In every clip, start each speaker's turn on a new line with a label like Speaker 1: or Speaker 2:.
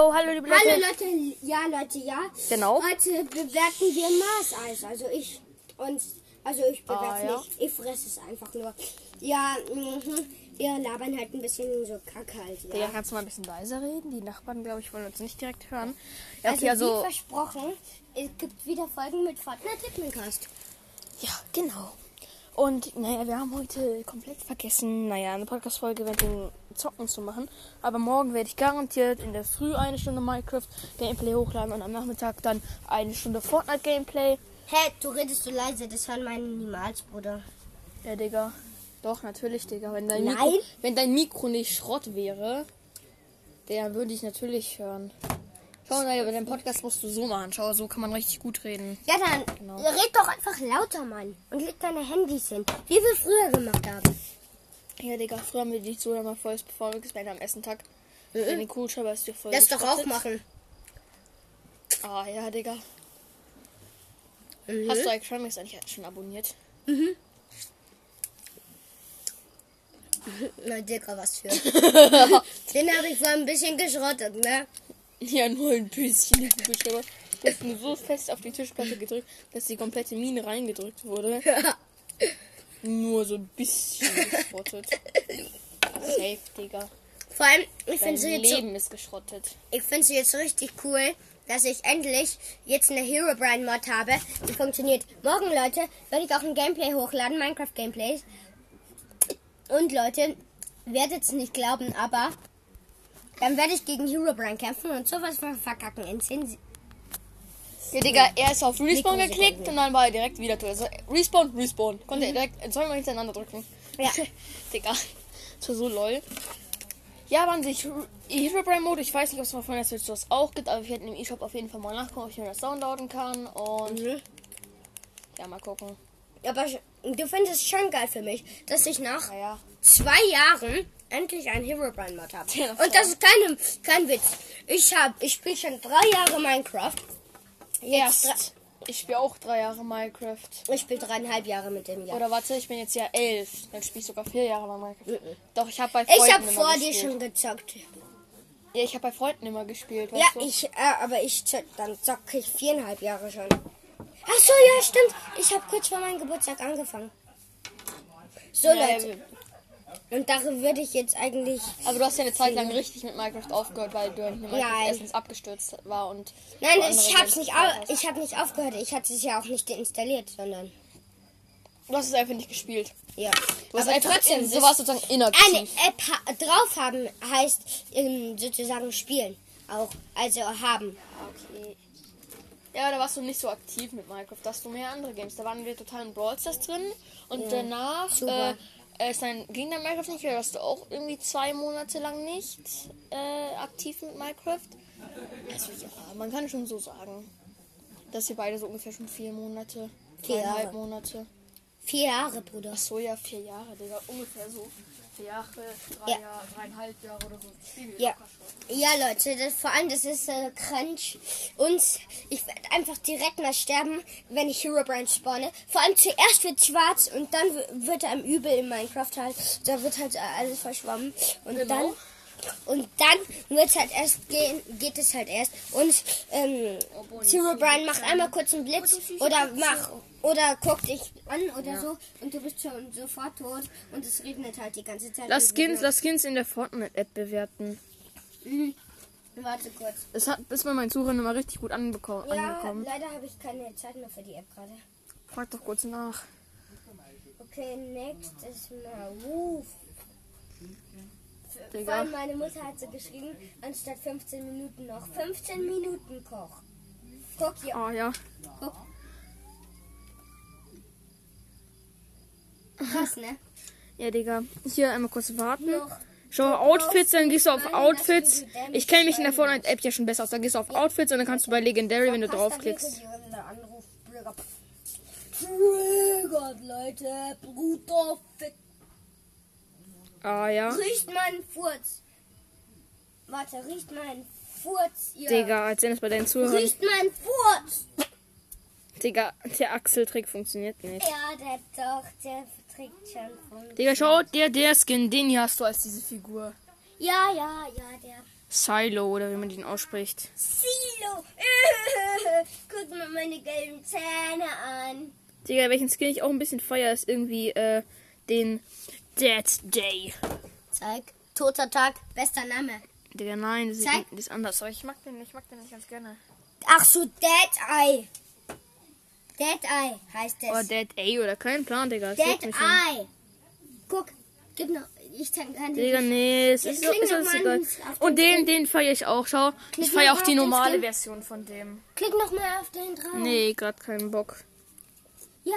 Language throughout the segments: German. Speaker 1: Oh, hallo liebe Leute.
Speaker 2: Hallo Leute, ja Leute, ja.
Speaker 1: Genau.
Speaker 2: Heute bewerten wir Maßeis. Also ich und also ich bewerte
Speaker 1: Ah, ja.
Speaker 2: nicht. Ich fresse es einfach nur. Ja, mhm. wir labern halt ein bisschen so Kacke halt. Ja.
Speaker 1: Ja, kannst du mal ein bisschen leiser reden? Die Nachbarn, glaube ich, wollen uns nicht direkt hören. Ja,
Speaker 2: Also,
Speaker 1: okay,
Speaker 2: wie
Speaker 1: also.
Speaker 2: versprochen, es gibt wieder Folgen mit Fortnite Hitmancast.
Speaker 1: Ja, genau. Und naja, wir haben heute komplett vergessen, naja, eine Podcast-Folge mit dem Zocken zu machen. Aber morgen werde ich garantiert in der Früh eine Stunde Minecraft Gameplay hochladen und am Nachmittag dann eine Stunde Fortnite Gameplay.
Speaker 2: Hä, du redest so leise, das hören meine niemals, Bruder.
Speaker 1: Ja, Digga. Doch, natürlich, Digga. Wenn dein,
Speaker 2: Nein.
Speaker 1: Mikro, wenn dein Mikro nicht Schrott wäre, der würde ich natürlich hören. Schau mal, bei dem Podcast musst du so machen. Schau, so kann man richtig gut reden.
Speaker 2: Ja, dann
Speaker 1: Genau.
Speaker 2: red doch einfach lauter, Mann. Und leg deine Handys hin, wie wir früher gemacht haben.
Speaker 1: Ja, Digga, früher haben wir die Zuhörer mal voll verfolgt, wenn am ersten Tag in den Kugelschreiber ist dir voll
Speaker 2: Das doch auch
Speaker 1: gespottet.
Speaker 2: machen.
Speaker 1: Ah, ja, Digga.
Speaker 2: Mhm.
Speaker 1: Hast du iCrimex eigentlich schon abonniert?
Speaker 2: Na, Dicker, was für. Den habe ich vor ein bisschen geschrottet, ne?
Speaker 1: Ja, nur ein bisschen den Kugelschreiber. Du hast ihn so fest auf die Tischplatte gedrückt, dass die komplette Mine reingedrückt wurde. Nur so ein bisschen geschrottet. Safe, Digga.
Speaker 2: Vor allem, ich
Speaker 1: Dein
Speaker 2: finde es jetzt, so,
Speaker 1: Leben ist geschrottet.
Speaker 2: ich find's jetzt richtig cool, dass ich endlich jetzt eine Hero Brian Mod habe. Die funktioniert. Morgen, Leute, werde ich auch ein Gameplay hochladen, Minecraft Gameplays. Und Leute, werdet es nicht glauben, aber dann werde ich gegen Hero Brian kämpfen und sowas von verkacken in 10 Se-
Speaker 1: Ja, Digga, er ist auf Respawn
Speaker 2: Mikrosekunden.
Speaker 1: geklickt und dann war er direkt wieder tot. Also, Respawn, Respawn. Konnte er direkt zweimal hintereinander drücken.
Speaker 2: Ja.
Speaker 1: Digga, das war so lol. Ja, waren sich Herobrine-Mode. Ich weiß nicht, ob es von der Switch das auch gibt, aber wir hätten im E-Shop auf jeden Fall mal nachgucken, ob ich mir das downloaden kann. Und ja, mal gucken.
Speaker 2: Aber sch- du findest es schon geil für mich, dass ich nach
Speaker 1: Naja.
Speaker 2: zwei Jahren endlich einen Herobrine Mod habe.
Speaker 1: Ja, voll.
Speaker 2: Und das ist kein, kein Witz. Ich hab, ich spiele schon drei Jahre Minecraft. Jetzt
Speaker 1: Erst. Ich spiele auch drei Jahre Minecraft.
Speaker 2: drei, ich spiele dreieinhalb Jahre mit dem Jahr.
Speaker 1: Oder warte, ich bin jetzt ja elf. Dann spiele ich sogar vier Jahre lang Minecraft. Doch, ich habe bei Freunden
Speaker 2: Äh, ich habe
Speaker 1: immer
Speaker 2: vor dir
Speaker 1: gespielt.
Speaker 2: schon gezockt.
Speaker 1: Ja, ich habe bei Freunden immer gespielt.
Speaker 2: Ja,
Speaker 1: weißt du?
Speaker 2: ich, äh, aber ich zock, dann zocke ich viereinhalb Jahre schon. Ach so, ja, stimmt. Ich habe kurz vor meinem Geburtstag angefangen. So,
Speaker 1: Ja,
Speaker 2: Leute. Und darin würde ich jetzt eigentlich.
Speaker 1: Aber du hast ja eine Zeit lang richtig mit Minecraft aufgehört, weil du in Minecraft
Speaker 2: Nein.
Speaker 1: erstens abgestürzt war und.
Speaker 2: Nein,
Speaker 1: andere
Speaker 2: ich hab's
Speaker 1: Games
Speaker 2: nicht,
Speaker 1: gespielt
Speaker 2: au
Speaker 1: hast.
Speaker 2: ich hab nicht aufgehört. Ich hatte es ja auch nicht deinstalliert, sondern.
Speaker 1: Du hast es einfach nicht gespielt.
Speaker 2: Ja.
Speaker 1: Du hast einfach in, so warst sozusagen
Speaker 2: Eine
Speaker 1: inaktiv.
Speaker 2: App ha drauf haben heißt ähm, sozusagen spielen. Auch. Also haben.
Speaker 1: Okay. Ja, aber da warst du nicht so aktiv mit Minecraft. Da hast du mehr andere Games. Da waren wir total in Brawl Stars drin und danach. Äh,
Speaker 2: super.
Speaker 1: äh, ist dann ging dann Minecraft nicht, weil da warst du auch irgendwie zwei Monate lang nicht äh, aktiv mit Minecraft. Also ja, man kann schon so sagen, dass wir beide so ungefähr schon vier Monate,
Speaker 2: Vier Jahre.
Speaker 1: viereinhalb Monate.
Speaker 2: Vier Jahre, Bruder.
Speaker 1: Ach so, ja, vier Jahre, Digga. Ungefähr so. Vier Jahre, drei
Speaker 2: Ja.
Speaker 1: Jahre, dreieinhalb Jahre oder so. Spielen wir
Speaker 2: Ja.
Speaker 1: locker schon.
Speaker 2: Ja, Leute, das, vor allem, das ist äh, Crunch. Und ich werde einfach direkt mal sterben, wenn ich Herobrine spawne. Vor allem zuerst wird schwarz und dann w- wird einem übel in Minecraft halt. Da wird halt äh, alles verschwommen. Und
Speaker 1: Genau.
Speaker 2: dann. Und dann wird's halt erst gehen, geht es halt erst. Und ähm, Herobrine macht einmal kurz einen Blitz oder mach oder guck dich an oder so und du bist schon sofort tot und es regnet halt die ganze Zeit.
Speaker 1: Lass
Speaker 2: Und wir-
Speaker 1: Skins, lass Skins in der Fortnite-App bewerten.
Speaker 2: Warte kurz.
Speaker 1: Das hat bis bei meinen Suchern immer richtig gut anbeko-
Speaker 2: Ja,
Speaker 1: angekommen.
Speaker 2: leider habe ich keine Zeit mehr für die App gerade.
Speaker 1: Frag doch kurz nach.
Speaker 2: Okay, nächstes Mal. Ruf. Vor
Speaker 1: Digga.
Speaker 2: allem meine Mutter hat so geschrieben, anstatt 15 Minuten noch 15 Minuten Koch. Guck hier.
Speaker 1: Ah ja.
Speaker 2: Guck.
Speaker 1: Oh.
Speaker 2: Krass, ne?
Speaker 1: Ja, Digga. Hier einmal kurz warten.
Speaker 2: Noch.
Speaker 1: Schau Outfits, dann gehst du auf Outfits. Ich kenne mich in der Fortnite-App ja schon besser aus. Dann gehst du auf Outfits und dann kannst du bei Legendary, wenn du
Speaker 2: Verpasst,
Speaker 1: draufklickst.
Speaker 2: da wäre der Anruf. Bürger. Triggert, Leute. Bruder, fick
Speaker 1: Ah ja.
Speaker 2: Riecht meinen Furz. Warte, riecht meinen Furz, ihr.
Speaker 1: Digga, als wenn es bei deinen Zuhörern.
Speaker 2: Riecht meinen Furz.
Speaker 1: Digga, der Axel-Trick funktioniert nicht.
Speaker 2: Ja, der doch, der trägt schon von.
Speaker 1: Digga, schau, der, der Skin, den hier hast du als diese Figur.
Speaker 2: Ja, ja, ja, der.
Speaker 1: Silo oder wie man den ausspricht.
Speaker 2: Silo. Guck mal meine gelben Zähne an.
Speaker 1: Digga, welchen Skin ich auch ein bisschen feier ist irgendwie äh, den Dead Day.
Speaker 2: Zeig. Toter Tag. Bester Name.
Speaker 1: Digga, nein, das ist,
Speaker 2: Zeig.
Speaker 1: das ist anders. Aber ich mag den, ich mag den nicht ganz gerne.
Speaker 2: Ach so, Dead Eye. Dead Eye heißt es.
Speaker 1: Oder Dead A oder kein Plan, Digga.
Speaker 2: Dead
Speaker 1: Dead A.
Speaker 2: Eye. Guck, gib noch. Ich kann kann
Speaker 1: Digga,
Speaker 2: dir.
Speaker 1: nee, es
Speaker 2: Jetzt
Speaker 1: ist, so,
Speaker 2: klick
Speaker 1: ist
Speaker 2: noch
Speaker 1: alles
Speaker 2: mal
Speaker 1: egal.
Speaker 2: links auf den
Speaker 1: Und den, den feiere ich auch, schau.
Speaker 2: Klick
Speaker 1: ich feiere
Speaker 2: mal
Speaker 1: auch die
Speaker 2: auf den Ah.
Speaker 1: normale
Speaker 2: Skin.
Speaker 1: Version von dem.
Speaker 2: Klick noch mal auf den drauf.
Speaker 1: Nee, grad keinen Bock.
Speaker 2: Ja,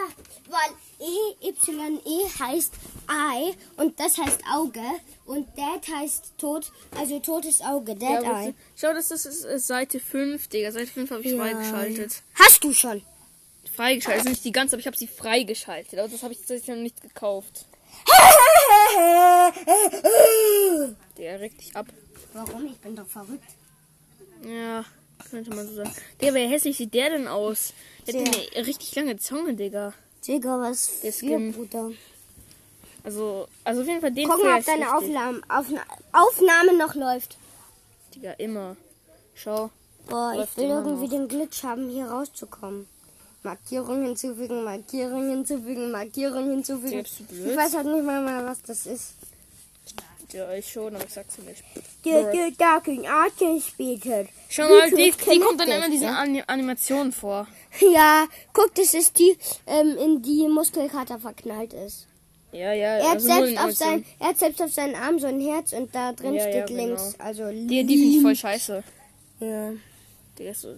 Speaker 2: weil EYE heißt Eye und das heißt Auge und Dead heißt Tod, also totes Auge, Dead
Speaker 1: Ja,
Speaker 2: Eye.
Speaker 1: aber- Schau, das ist, ist, ist Seite 5, Digga. Seite 5 habe ich freigeschaltet.
Speaker 2: Hast du schon?
Speaker 1: Freigeschaltet, also nicht die ganze, aber ich habe sie freigeschaltet. Aber das habe ich tatsächlich noch nicht gekauft. Digga, regt dich ab.
Speaker 2: Warum? Ich bin doch verrückt.
Speaker 1: Ja, könnte man so sagen. Digga, wie hässlich sieht der denn aus? Der hat eine richtig lange Zunge, Digga.
Speaker 2: Digga, was
Speaker 1: Der Skin.
Speaker 2: Bruder.
Speaker 1: Also, also auf jeden Fall den
Speaker 2: Guck
Speaker 1: feier
Speaker 2: mal, ob
Speaker 1: ich
Speaker 2: deine
Speaker 1: richtig.
Speaker 2: Aufnahme, Aufna Aufnahme noch läuft.
Speaker 1: Digga, immer. Schau.
Speaker 2: Boah,
Speaker 1: Läuft
Speaker 2: ich will
Speaker 1: immer
Speaker 2: irgendwie
Speaker 1: noch.
Speaker 2: den Glitch haben, hier rauszukommen. Markierung hinzufügen, Markierung hinzufügen, Markierung hinzufügen.
Speaker 1: Digga, bist du blöd?
Speaker 2: Ich weiß halt nicht mal, mal was das ist.
Speaker 1: Ja, ich schon, aber ich sag's dir nicht.
Speaker 2: Die, die Darken Arten später.
Speaker 1: Schau Äh. mal, die,
Speaker 2: YouTube
Speaker 1: die kommt dann
Speaker 2: connected,
Speaker 1: immer in diesen
Speaker 2: ne?
Speaker 1: Ani- Animationen vor.
Speaker 2: Ja, guck, das ist die, ähm, in die Muskelkater verknallt ist.
Speaker 1: Ja, ja,
Speaker 2: Er hat,
Speaker 1: also nur in
Speaker 2: selbst auf
Speaker 1: Animationen.
Speaker 2: sein, er hat selbst auf seinen Arm so ein Herz und da drin
Speaker 1: Ja, ja,
Speaker 2: steht links.
Speaker 1: genau.
Speaker 2: Also
Speaker 1: Die, die finde ich voll scheiße.
Speaker 2: Ja.
Speaker 1: Der ist so.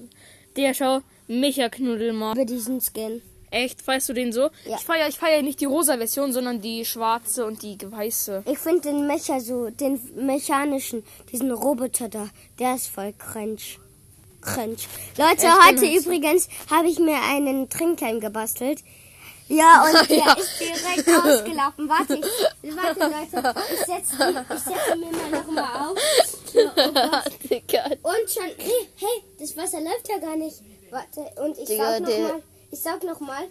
Speaker 1: Der schau, Micha Knuddelmann.
Speaker 2: Über diesen Skin.
Speaker 1: Echt, weißt du den so?
Speaker 2: Ja.
Speaker 1: Ich feier, ich feier nicht die rosa Version, sondern die schwarze und die weiße.
Speaker 2: Ich finde den Mecha so, den mechanischen, diesen Roboter da, der ist voll cringe. Cringe. Leute,
Speaker 1: Ja, ich bin
Speaker 2: heute
Speaker 1: halt so.
Speaker 2: übrigens habe ich mir einen Trinkhelm gebastelt. Ja, und der
Speaker 1: Ja.
Speaker 2: ist direkt ausgelaufen. Warte, ich, warte Leute, ich setze setz ihn mir mal nochmal auf.
Speaker 1: Digga,
Speaker 2: Und schon, hey, hey, das Wasser läuft ja gar nicht. Warte, und ich
Speaker 1: Digga,
Speaker 2: saug
Speaker 1: der-
Speaker 2: nochmal. Ich saug nochmal.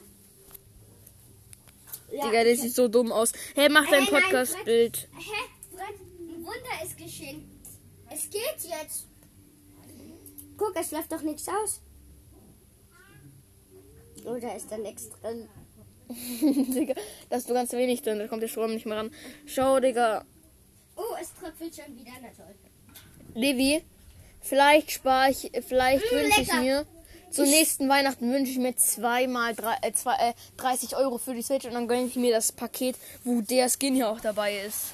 Speaker 2: Ja,
Speaker 1: Digga, der sieht so dumm aus. Hey, mach dein
Speaker 2: Hey, nein,
Speaker 1: Podcast-Bild.
Speaker 2: Hä? Brett, ein Wunder ist geschehen. Es geht jetzt. Guck, es läuft doch nichts aus. Oder ist da nichts drin?
Speaker 1: Digga, das ist nur ganz wenig drin, da kommt der Strom nicht mehr ran. Schau, Digga.
Speaker 2: Oh, es tröpfelt schon wieder. Na toll.
Speaker 1: Levi, vielleicht spare ich, vielleicht
Speaker 2: Mm,
Speaker 1: wünsche ich
Speaker 2: lecker.
Speaker 1: mir, zum nächsten Weihnachten wünsche ich mir zweimal drei, äh, zwei, äh, 30 Euro für die Switch und dann gönne ich mir das Paket, wo der Skin hier auch dabei ist.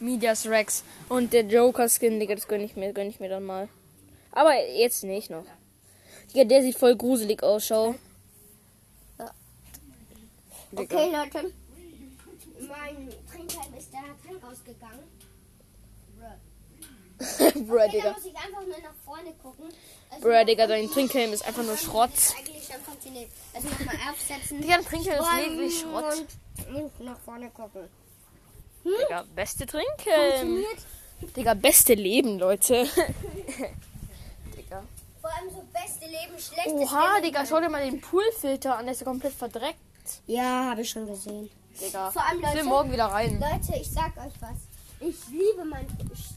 Speaker 1: Midas Rex und der Joker Skin, Digga, das gönne ich mir, gönne ich mir dann mal. Aber jetzt nicht noch. Digga, der sieht voll gruselig aus, schau. Digga.
Speaker 2: Okay, Leute. Mein Trinkheim ist da krank ausgegangen.
Speaker 1: Bruh,
Speaker 2: Okay, da
Speaker 1: Digga.
Speaker 2: muss ich einfach nur nach vorne gucken. Also
Speaker 1: Bruh, Digga, dein Trinkhelm ist einfach nur Schrott.
Speaker 2: Das ist Also, eigentlich schon funktioniert. Also nochmal aufsetzen.
Speaker 1: Digga, dein Trinkhelm ist lediglich Schrott.
Speaker 2: Und, und nach vorne gucken.
Speaker 1: Digga, beste Trinkhelm.
Speaker 2: Funktioniert.
Speaker 1: Digga, beste Leben, Leute. Digga.
Speaker 2: Vor allem so beste Leben, schlechtes
Speaker 1: Oha,
Speaker 2: Leben.
Speaker 1: Digga, schau dir mal den Poolfilter an, der ist ja komplett verdreckt,
Speaker 2: Ja, habe ich schon gesehen.
Speaker 1: Digga.
Speaker 2: Vor allem,
Speaker 1: ich will
Speaker 2: Leute-
Speaker 1: morgen wieder rein.
Speaker 2: Leute, ich sag euch was. Ich liebe mein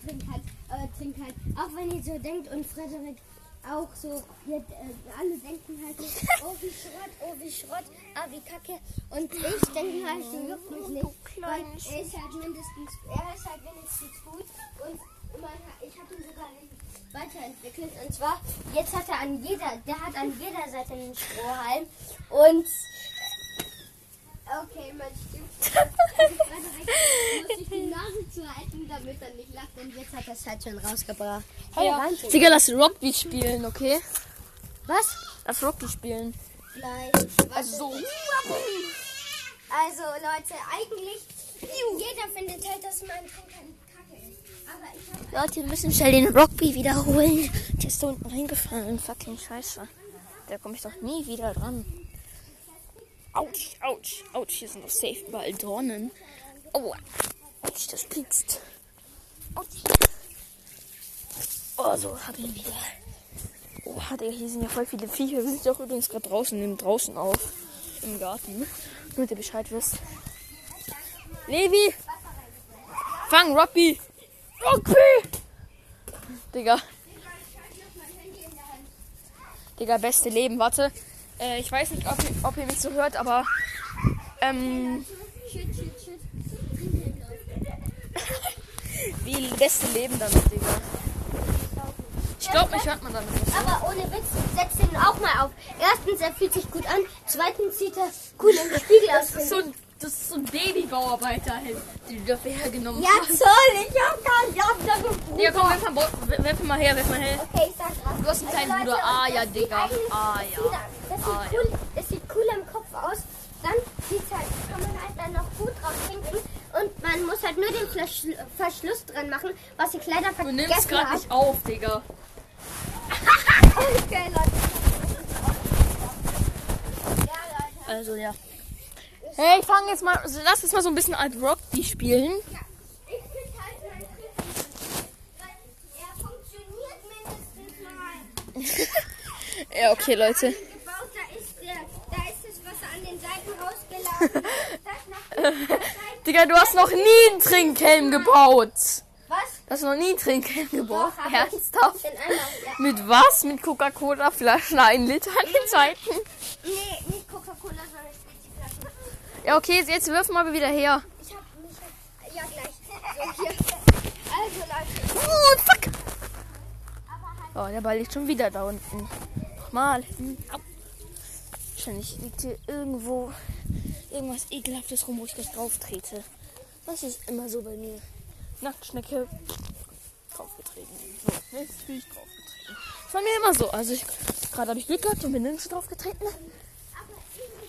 Speaker 2: Trinkhalm, äh, Trinkhalm. Auch wenn ihr so denkt und Frederik auch so, wir, äh, alle denken halt so, oh wie Schrott, oh wie Schrott, ah wie Kacke. Und ich denke halt so, juckt mich nicht. Weil er ist halt mindestens, er ist halt mindestens gut. Und man, hat- ich habe ihn sogar weiterentwickelt. Und zwar, jetzt hat er an jeder, der hat an jeder Seite einen Strohhalm. Und Okay, mein Stift. muss ich die Nase zu halten, damit er nicht lacht. Und jetzt hat er es halt schon rausgebracht. Hey,
Speaker 1: Ja.
Speaker 2: Ranti.
Speaker 1: Digga, lass Rugby spielen, okay?
Speaker 2: Was?
Speaker 1: Lass Rugby spielen.
Speaker 2: Gleich.
Speaker 1: Also so.
Speaker 2: Also, Leute, eigentlich, jeder findet halt, dass mein Trinkhalm kacke ist. Aber ich habe
Speaker 1: Leute, wir müssen schnell den Rugby wiederholen. Der ist da unten reingefallen, fucking scheiße. Da komme ich doch nie wieder dran. Autsch, autsch, autsch, hier sind noch safe überall Dornen. Aua, autsch, das piekst. Autsch. Oh, so, hab ihn wieder. Oha, Digga, hier sind ja voll viele Viecher. Wir sind ja auch übrigens gerade draußen, nehmen draußen auf. Im Garten. Damit ihr Bescheid wisst. Levi! Fang Rugby! Rugby! Digga. Digga, beste Leben, warte. Äh, ich weiß nicht, ob ihr, ob ihr mich so hört, aber. Ähm, wie beste Leben damit, Digga. Ich glaube, mich hört man damit nicht.
Speaker 2: Aber ohne Witz, setz den auch mal auf. Erstens, er fühlt sich gut an. Zweitens, sieht er cool im Spiegel aus. finde ich.
Speaker 1: ein, das ist so ein Babybauarbeiter, den du dafür hergenommen
Speaker 2: Ja, toll, ich hab keinen Job dafür.
Speaker 1: Digga, komm, werf mal, Bo- werf mal her, werf mal her.
Speaker 2: Okay, ich sag Also, was.
Speaker 1: Du hast einen kleinen Bruder. Ah, ja, Digga. Ah, ja.
Speaker 2: Das sieht,
Speaker 1: Ah, ja.
Speaker 2: cool, das sieht cool im Kopf aus. Dann sieht's halt, kann man halt dann noch gut drauf trinken. Und man muss halt nur den Verschl Verschluss dran machen, was ich leider
Speaker 1: Du
Speaker 2: vergessen
Speaker 1: nimmst es gerade
Speaker 2: hab.
Speaker 1: nicht auf, Digga.
Speaker 2: Okay, Leute. Ja, Leute.
Speaker 1: Also, ja. Hey, ich fange jetzt mal. also Lass jetzt mal so ein bisschen Alt Rock die spielen.
Speaker 2: Ja, ich krieg halt meinen Griff. Weil er funktioniert mindestens mal.
Speaker 1: Ja, okay, Leute.
Speaker 2: Gebaut, da ist der, da ist das Wasser an den Seiten rausgelaufen. Das macht Zeit.
Speaker 1: Digga, du hast noch nie einen Trinkhelm gebaut.
Speaker 2: Was?
Speaker 1: Du hast noch nie einen Trinkhelm gebaut.
Speaker 2: hab ich.
Speaker 1: Ernsthaft?
Speaker 2: In einmal, ja.
Speaker 1: Mit was? Mit Coca-Cola-Flaschen, ein Liter an den Seiten?
Speaker 2: Nee, nicht Coca-Cola, sondern Spezi-Flasche.
Speaker 1: Ja, okay, jetzt wirf mal wieder her.
Speaker 2: Ich hab mich. Ja, gleich. So, hier. Also, Leute.
Speaker 1: Oh, fuck. Oh, der Ball liegt schon wieder da unten. Nochmal. Hm, au. Wahrscheinlich liegt hier irgendwo irgendwas ekelhaftes rum, wo ich gleich drauf trete. Das ist immer so bei mir. Nacktschnecke. Draufgetreten. So, jetzt bin ich draufgetreten. Das war mir immer so. Also ich, gerade habe ich Glück gehabt und bin nirgends draufgetreten.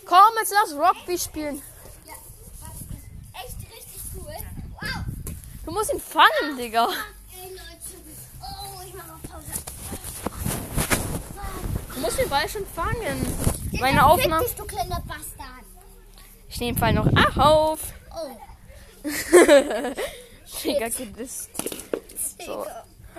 Speaker 1: Komm, jetzt lass Rugby spielen.
Speaker 2: Ja, was ist echt richtig cool. Wow.
Speaker 1: Du musst ihn fangen, Digga.
Speaker 2: Ey, Leute. Oh, ich mach mal Pause.
Speaker 1: Du musst den Ball schon fangen.
Speaker 2: Digga,
Speaker 1: Meine Aufnahme.
Speaker 2: fick dich, Du kleiner Bastard.
Speaker 1: Ich nehme den Fall noch auf.
Speaker 2: Oh.
Speaker 1: Digga, gedisst. So.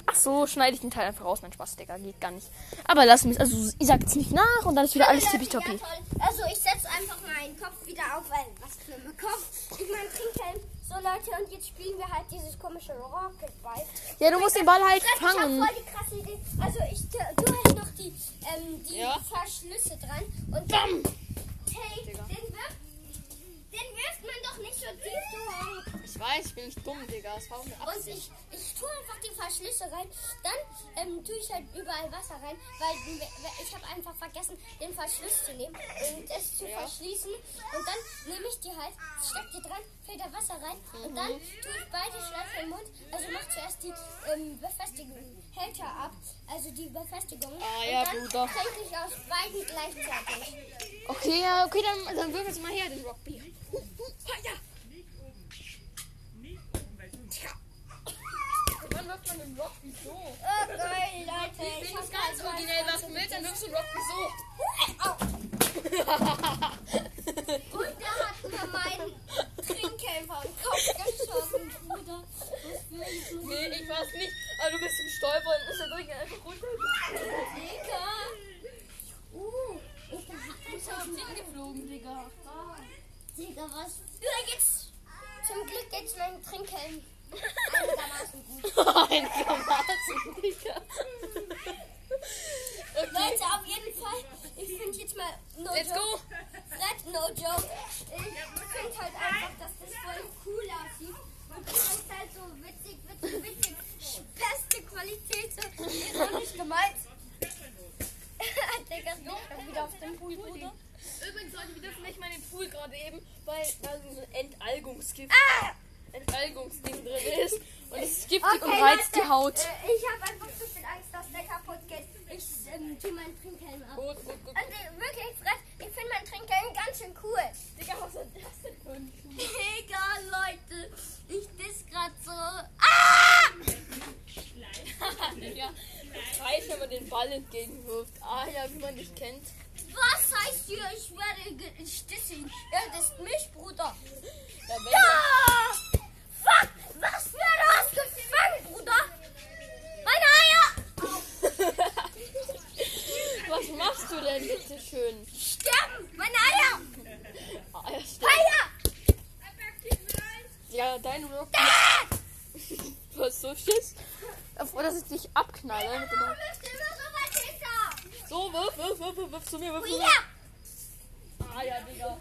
Speaker 1: Ach so, schneide ich den Teil einfach raus. Nein, Spaß, Digga, geht gar nicht. Aber lass mich, also ich sag jetzt nicht nach und dann ist wieder alles tippitoppi.
Speaker 2: Also ich setze einfach meinen Kopf wieder auf, weil was für ein Kopf. Ich meine Trinkhelm. So Leute, und jetzt spielen wir halt dieses komische Rocketball.
Speaker 1: Ja, du musst den Ball halt
Speaker 2: Ich habe
Speaker 1: fangen.
Speaker 2: voll die krasse Idee. Also ich, tu- du hast noch die, ähm, die
Speaker 1: Ja.
Speaker 2: Verschlüsse dran und dann take, den wirft, den wirft man doch nicht so tief durch.
Speaker 1: Ich weiß, ich bin nicht dumm, Digga. Das war eine
Speaker 2: Und ich, ich tue einfach die Verschlüsse rein. Dann ähm, tue ich halt überall Wasser rein, weil w- w- ich habe einfach vergessen, den Verschluss zu nehmen und es zu verschließen. Und dann nehme ich die halt, stecke die dran, fällt da Wasser rein und
Speaker 1: Mhm.
Speaker 2: dann tue ich beide Schläuche im Mund. Also mach zuerst die ähm, Befestigung, Hälter ab, also die Befestigung.
Speaker 1: Ah, ja,
Speaker 2: und
Speaker 1: Bruder.
Speaker 2: dann trinke ich aus beiden gleichzeitig.
Speaker 1: Okay, ja, okay, dann, dann wirf jetzt mal her den Rockby. Huh, huh, ha, Ah, ja. Tja. Wann wirft man den Rockby so?
Speaker 2: Oh geil, Leute.
Speaker 1: Wenn
Speaker 2: Ich
Speaker 1: du
Speaker 2: hab
Speaker 1: es ganz
Speaker 2: grad
Speaker 1: originell machen willst, dann wirfst du den Rockby so.
Speaker 2: Au. Und da hat mir mein Trinkhelm vom Kopf geschossen, Bruder.
Speaker 1: Nee, ich weiß nicht. Aber du bist im Stolpern und ist da durch einfach runter.
Speaker 2: Digga. Uh, ich hab einen Kopf geflogen, Digga. Digga, was? Ja, jetzt. Zum Glück jetzt mein Trinkhelm. Einigermaßen gut.
Speaker 1: Einigermaßen, Digga.
Speaker 2: Leute, auf jeden Fall, ich finde jetzt mal no
Speaker 1: Let's
Speaker 2: joke.
Speaker 1: go.
Speaker 2: Fred, no joke. Ich finde halt einfach, dass das voll cool aussieht. Und das ist halt so witzig, witzig, witzig. Beste Qualität. so. Ist doch nicht gemeint. Digga, du bist wieder auf dem Pool, Bruder.
Speaker 1: Übrigens, Leute, wir dürfen nicht mal in den Pool gerade eben, weil da so ein Entalgungsgift,
Speaker 2: Ah!
Speaker 1: Entalgungsding drin ist. Und es ist
Speaker 2: Okay,
Speaker 1: giftig und reizt
Speaker 2: Leute,
Speaker 1: die Haut.
Speaker 2: Äh, ich habe einfach so viel Angst, dass der kaputt geht. Ich ähm, tue meinen Trinkhelm ab.
Speaker 1: Gut, gut, gut.
Speaker 2: Also wirklich, Fred, ich finde meinen Trinkhelm ganz schön cool.
Speaker 1: Digga, was ist das denn für ein Schuh?
Speaker 2: Egal, Leute. Ich diss grad so. Ah!
Speaker 1: Digga, das reicht, wenn man den Ball entgegenwirft. Ah ja, wie man dich kennt.
Speaker 2: Was heißt hier, ich werde gestissen? Er disst mich, Bruder.
Speaker 1: Da wär-
Speaker 2: Ja! Fuck! Was für ein Hass gefangen, Bruder! Meine Eier!
Speaker 1: Was machst du denn bitte schön?
Speaker 2: Sterben! Meine Eier!
Speaker 1: Ah, ja, stimmt.
Speaker 2: Eier!
Speaker 1: Ja, dein Rock.
Speaker 2: Ah!
Speaker 1: Was so schiss? Davor, dass ich dich abknalle. Mit dem so, wirf, wirf, wirf, wirf, wirf zu mir, wirf zu mir. Ah ja, Digga.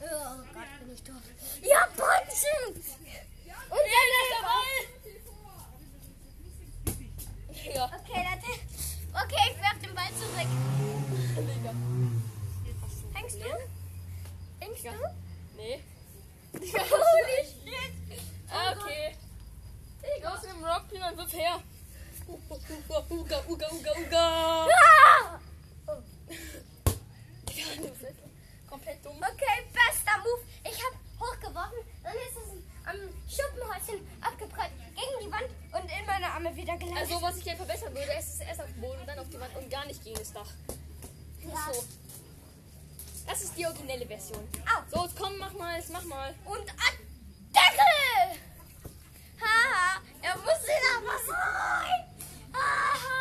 Speaker 2: Ah, Oh
Speaker 3: Ja, Punzen! Und dann
Speaker 1: Digga.
Speaker 2: Okay, Leute. Okay, ich werf den Ball zurück.
Speaker 1: Digga.
Speaker 2: Hängst du? Hängst
Speaker 1: Ja.
Speaker 2: du?
Speaker 1: Nee.
Speaker 2: Holy shit. Oh
Speaker 1: Ah, okay. Los mit dem Rockpimmel, wirf her. Uga, uga, uga, uga, uga.
Speaker 2: Ah!
Speaker 1: Digga, du bist komplett dumm.
Speaker 2: Okay, bester Move. Ich habe hochgeworfen, dann ist es am Schuppenhäuschen abgeprallt gegen die Wand und in meine Arme wieder gelandet.
Speaker 1: Also, was ich hier verbessern würde, ist es erst auf den Boden und dann auf die Wand und gar nicht gegen das Dach.
Speaker 2: Ja.
Speaker 1: So. Das ist die originelle Version.
Speaker 2: Au.
Speaker 1: So, jetzt komm, mach mal, jetzt mach mal.
Speaker 2: Und an Deckel! Haha, er muss in der Wasser rein! Haha.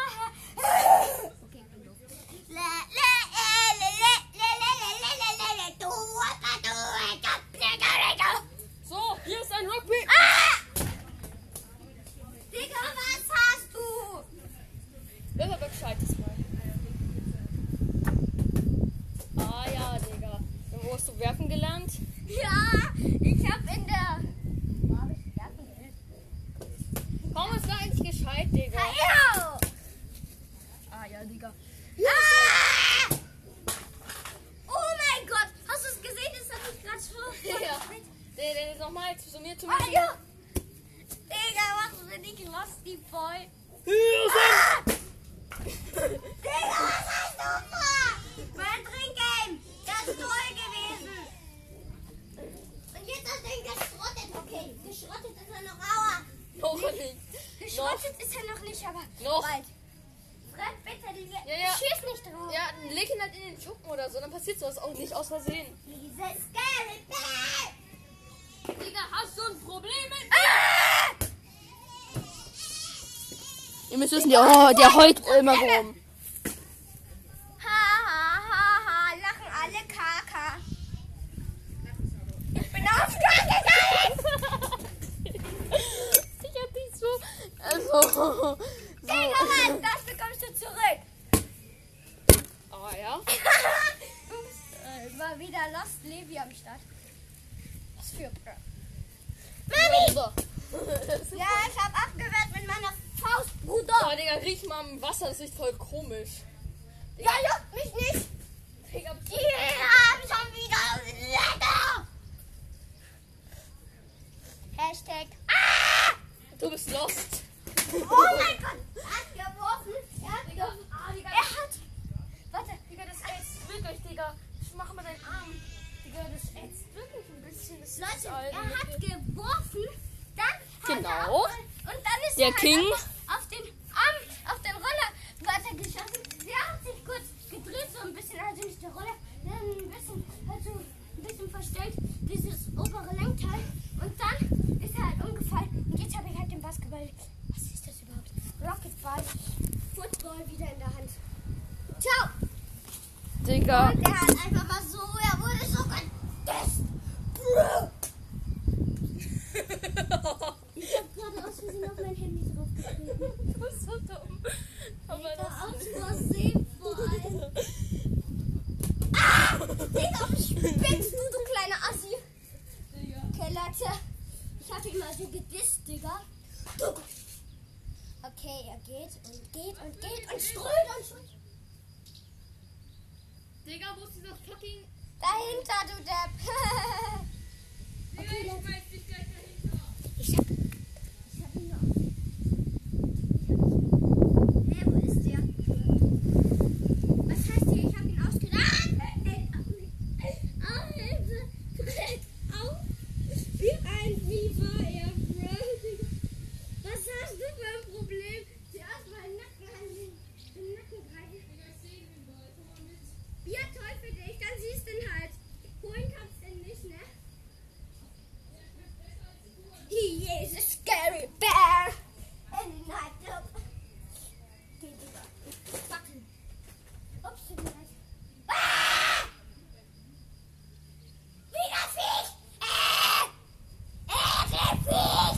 Speaker 2: La, la, eh, la, la, la, la, la, la, la, la, la, du, apa, du, eka, pleka, reka.
Speaker 1: So, hier ist ein Rugby.
Speaker 2: Ah! Digga, was hast du?
Speaker 1: Wenn aber gescheites Mal. Ah ja, Digga. Und wo hast du werfen gelernt?
Speaker 2: Ja, ich hab in der.
Speaker 1: Komm, es war eigentlich gescheit, Digga.
Speaker 2: Ayo!
Speaker 1: Ah ja, Digga.
Speaker 2: Ah! Oh mein Gott, hast du es gesehen? Das hat mich gerade schon.
Speaker 1: Ja. Der, der, der nochmal zu mir zu mir.
Speaker 2: Ah, ja. Digga, was für ein Nick Rusty Boy. Ah! Digga, was hast du vor? Mein Trinkgame, das ist toll gewesen. Und jetzt hast du ihn geschrottet. Okay, geschrottet ist er noch, aua.
Speaker 1: Noch nicht.
Speaker 2: Geschrottet ist er noch nicht, aber
Speaker 1: Noch.
Speaker 2: bald. Fred, bitte, die,
Speaker 1: Ja, ja.
Speaker 2: schieß nicht drauf.
Speaker 1: Ja, leg ihn halt in den Schuppen oder so, dann passiert sowas auch nicht aus Versehen.
Speaker 2: Dieses Skeleton.
Speaker 1: Digga, hast du ein Problem mit
Speaker 2: Ah!
Speaker 1: Ihr müsst wissen, der, oh, der heult immer rum.
Speaker 2: Ha ha ha ha, lachen alle Kaka. Ich bin auf Kaka
Speaker 1: Ich hab dich so. Also.
Speaker 2: Digga,
Speaker 1: So.
Speaker 2: Mann, das bekommst du zurück.
Speaker 1: Ah ja.
Speaker 2: Ups, äh, war wieder Lost Levi am Start. Was für Bra.
Speaker 1: Mami! So.
Speaker 2: Ja, ich hab abgewehrt mit meiner Faust,
Speaker 1: Oh,
Speaker 2: Bruder.
Speaker 1: Digga, riech mal am Wasser, das riecht voll komisch.
Speaker 2: Ja, juckt mich nicht.
Speaker 1: Digga,
Speaker 2: Die haben schon wieder Lecker. Hashtag. Ah!
Speaker 1: du bist lost.
Speaker 2: Oh mein Gott! Er hat geworfen! Er hat geworfen! Er hat. Warte, Digga, das ätzt wirklich, Digga. Ich mach mal deinen Arm. Digga, das ätzt wirklich ein bisschen. Das Leute,
Speaker 1: alt.
Speaker 2: er hat geworfen, dann
Speaker 1: Genau.
Speaker 2: hat er auch, und dann ist
Speaker 1: Der
Speaker 2: er halt
Speaker 1: King.
Speaker 2: einfach auf den Arm, auf den Roller weitergeschossen. Der hat sich kurz gedreht, so ein bisschen, also nicht der Roller, dann ein bisschen, also ein bisschen verstellt, dieses obere Lenkteil. Und dann ist er halt umgefallen. Und jetzt habe ich halt den Basketball. Was ist das überhaupt? Rocketball. Football wieder in der Hand. Ciao!
Speaker 1: Digga.
Speaker 2: Und der hat einfach mal so, er wurde so gedisst. Bro! Ich hab gerade aus Versehen auf mein Handy draufgetreten.
Speaker 1: du bist so dumm. Aber das.
Speaker 2: Aus Versehen vor allem. Ah! Digga, spinnst du, du kleine Assi? Okay, Leute. Ich hab ihn mal so gedisst, Digga. Du. Okay, er geht und geht und geht und strömt und strömt.
Speaker 1: Digga, wo ist dieser fucking.
Speaker 2: Dahinter, du Depp.
Speaker 1: Digga, ich schmeiß dich gleich dahinter.
Speaker 2: Ich hab. Ich hab ihn noch. Hä, wo ist der? Was heißt hier? Ich hab ihn ausgedacht. Ah! Hilfe! Fred, auf! Wie ein Viva Air Fred. Was hast du für ein Problem? Zuerst mal den Nacken an den, den Nacken greifen. Ja, toll für dich. Dann siehst du ihn halt. Holen kannst du ihn nicht, ne? Ah! Ah! Ah!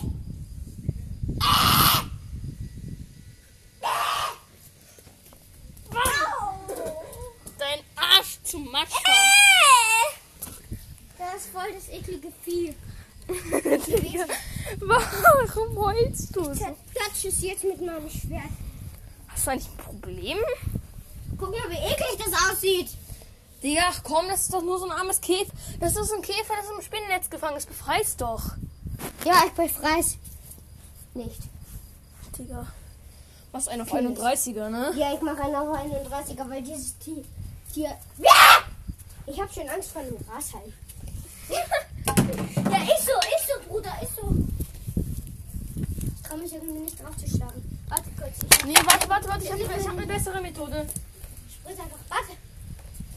Speaker 4: viel gefiel.
Speaker 1: Digga, warum heulst du so?
Speaker 2: Klatsch es jetzt mit meinem Schwert.
Speaker 1: Hast du eigentlich ein Problem?
Speaker 2: Guck mal, wie eklig das aussieht.
Speaker 1: Digga, ach komm, das ist doch nur so ein armes Käfer. Das ist ein Käfer, das im Spinnennetz gefangen ist. Befreis doch.
Speaker 2: Ja, ich befreis. Nicht.
Speaker 1: Digga. Was ein auf 31er, ne?
Speaker 2: Ja, ich mache einen auf 31er, weil dieses Ti- Tier. Ich habe schon Angst vor dem Grashalm.
Speaker 4: Ja, ist so, ist so, Bruder, ist so.
Speaker 2: Ich traue mich irgendwie nicht drauf zu schlagen. Warte kurz, ich
Speaker 1: Nee, warte, warte, warte. Ich habe ich hab eine bessere Methode.
Speaker 2: spritze einfach. Warte.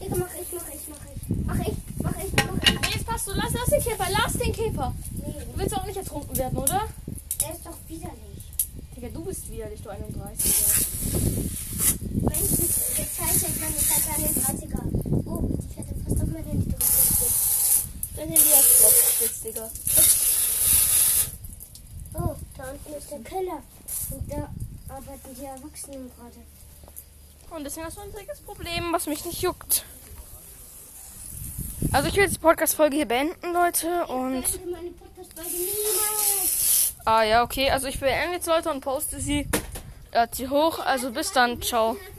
Speaker 2: Digga, mach ich, mach ich, mach ich. Mach ich, mach ich, mach ich.
Speaker 1: Nee, jetzt passt du. Lass, lass den Käfer. Lass den Käfer.
Speaker 2: Nee,
Speaker 1: Du willst auch nicht ertrunken werden, oder?
Speaker 2: der ist doch widerlich.
Speaker 1: Digga, du bist widerlich, du 31er.
Speaker 2: Menschen, jetzt heißt jetzt meine Karte an den 30er. Oh, ich hätte fast auf meine Lichter gekriegt.
Speaker 1: Dann den Widerspruch, Digga.
Speaker 2: Oh, da unten ist der Keller. Und da arbeiten die Erwachsenen gerade.
Speaker 1: Und deswegen hast du ein dickes Problem, was mich nicht juckt. Also ich will jetzt die Podcast-Folge hier beenden, Leute. Und.
Speaker 2: Ich beende meine Podcast-Folge niemals.
Speaker 1: Ah ja, okay. äh, Also ich beende jetzt, Leute, und poste sie. Lad sie hoch. Also bis dann. Ciao.
Speaker 4: Jetzt